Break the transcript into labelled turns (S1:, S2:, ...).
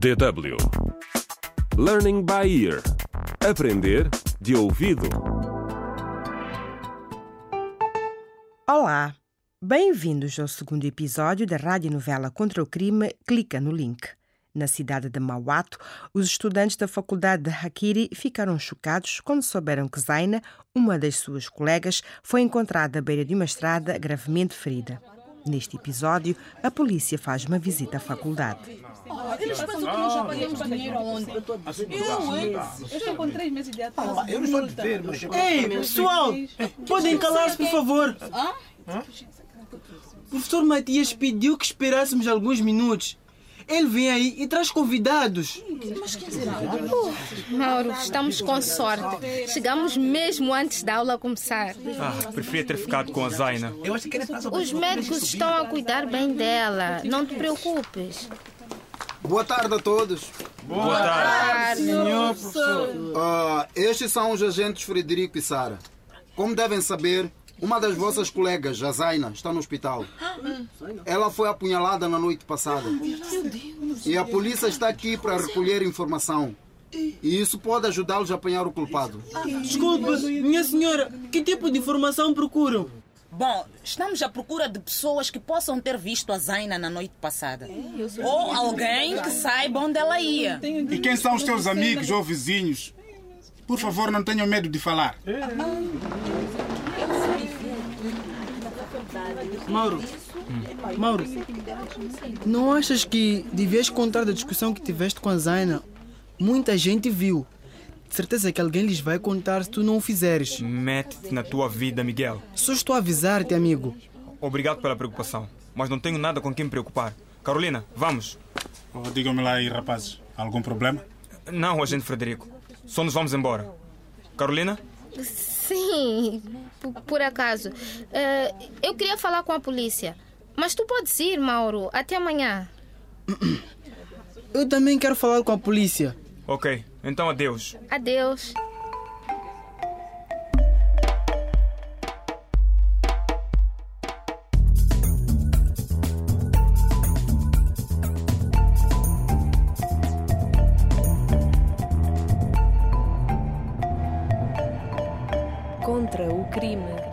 S1: DW Learning by Ear Aprender de ouvido
S2: Olá! Bem-vindos ao segundo episódio da rádio novela Contra o Crime Clica no Link. Na cidade de Mauato, os estudantes da faculdade de Hakiri ficaram chocados quando souberam que Zaina, uma das suas colegas, foi encontrada à beira de uma estrada gravemente ferida. Neste episódio, a polícia faz uma visita à faculdade.
S3: Eles pensam que nós já pagamos dinheiro aonde? Eu antes. Eu estou com três meses de atraso.
S4: Ah, eu não estou a dizer, mas-
S5: Ei, pessoal, eh, podem calar-se, por favor.
S3: Ah?
S5: O professor Matias pediu que esperássemos alguns minutos. Ele vem aí e traz convidados.
S6: Mauro, estamos com sorte. Chegamos mesmo antes da aula começar.
S7: Ah, preferia ter ficado com a Zaina.
S4: Eu acho que ele passa
S6: Os médicos estão a cuidar bem dela. Não te preocupes.
S8: Boa tarde a todos.
S7: Boa tarde.
S5: Senhor professor.
S8: Ah, estes são os agentes Frederico e Sara. Como devem saber, uma das vossas colegas, a Zaina, está no hospital. Ela foi apunhalada na noite passada. E a polícia está aqui para recolher informação. E isso pode ajudá-los a apanhar o culpado.
S5: Desculpe, minha senhora, que tipo de informação procuram?
S9: Bom, estamos à procura de pessoas que possam ter visto a Zaina na noite passada. Ou alguém que saiba onde ela ia.
S10: E quem são os teus amigos ou vizinhos? Por favor, não tenham medo de falar.
S5: Mauro, Mauro, não achas que devias contar da discussão que tiveste com a Zaina? Muita gente viu. De certeza que alguém lhes vai contar se tu não o fizeres.
S7: Mete-te na tua vida, Miguel.
S5: Só estou a avisar-te, amigo.
S7: Obrigado pela preocupação, mas não tenho nada com quem me preocupar. Carolina, vamos.
S10: Oh, Digam-me lá aí, rapazes, algum problema?
S7: Não, agente Frederico. Só nos vamos embora. Carolina?
S6: Sim, p- por acaso. Eh, eu queria falar com a polícia. Mas tu podes ir, Mauro. Até amanhã.
S5: Eu também quero falar com a polícia.
S7: Ok, então adeus.
S6: Adeus.
S11: Contra o crime.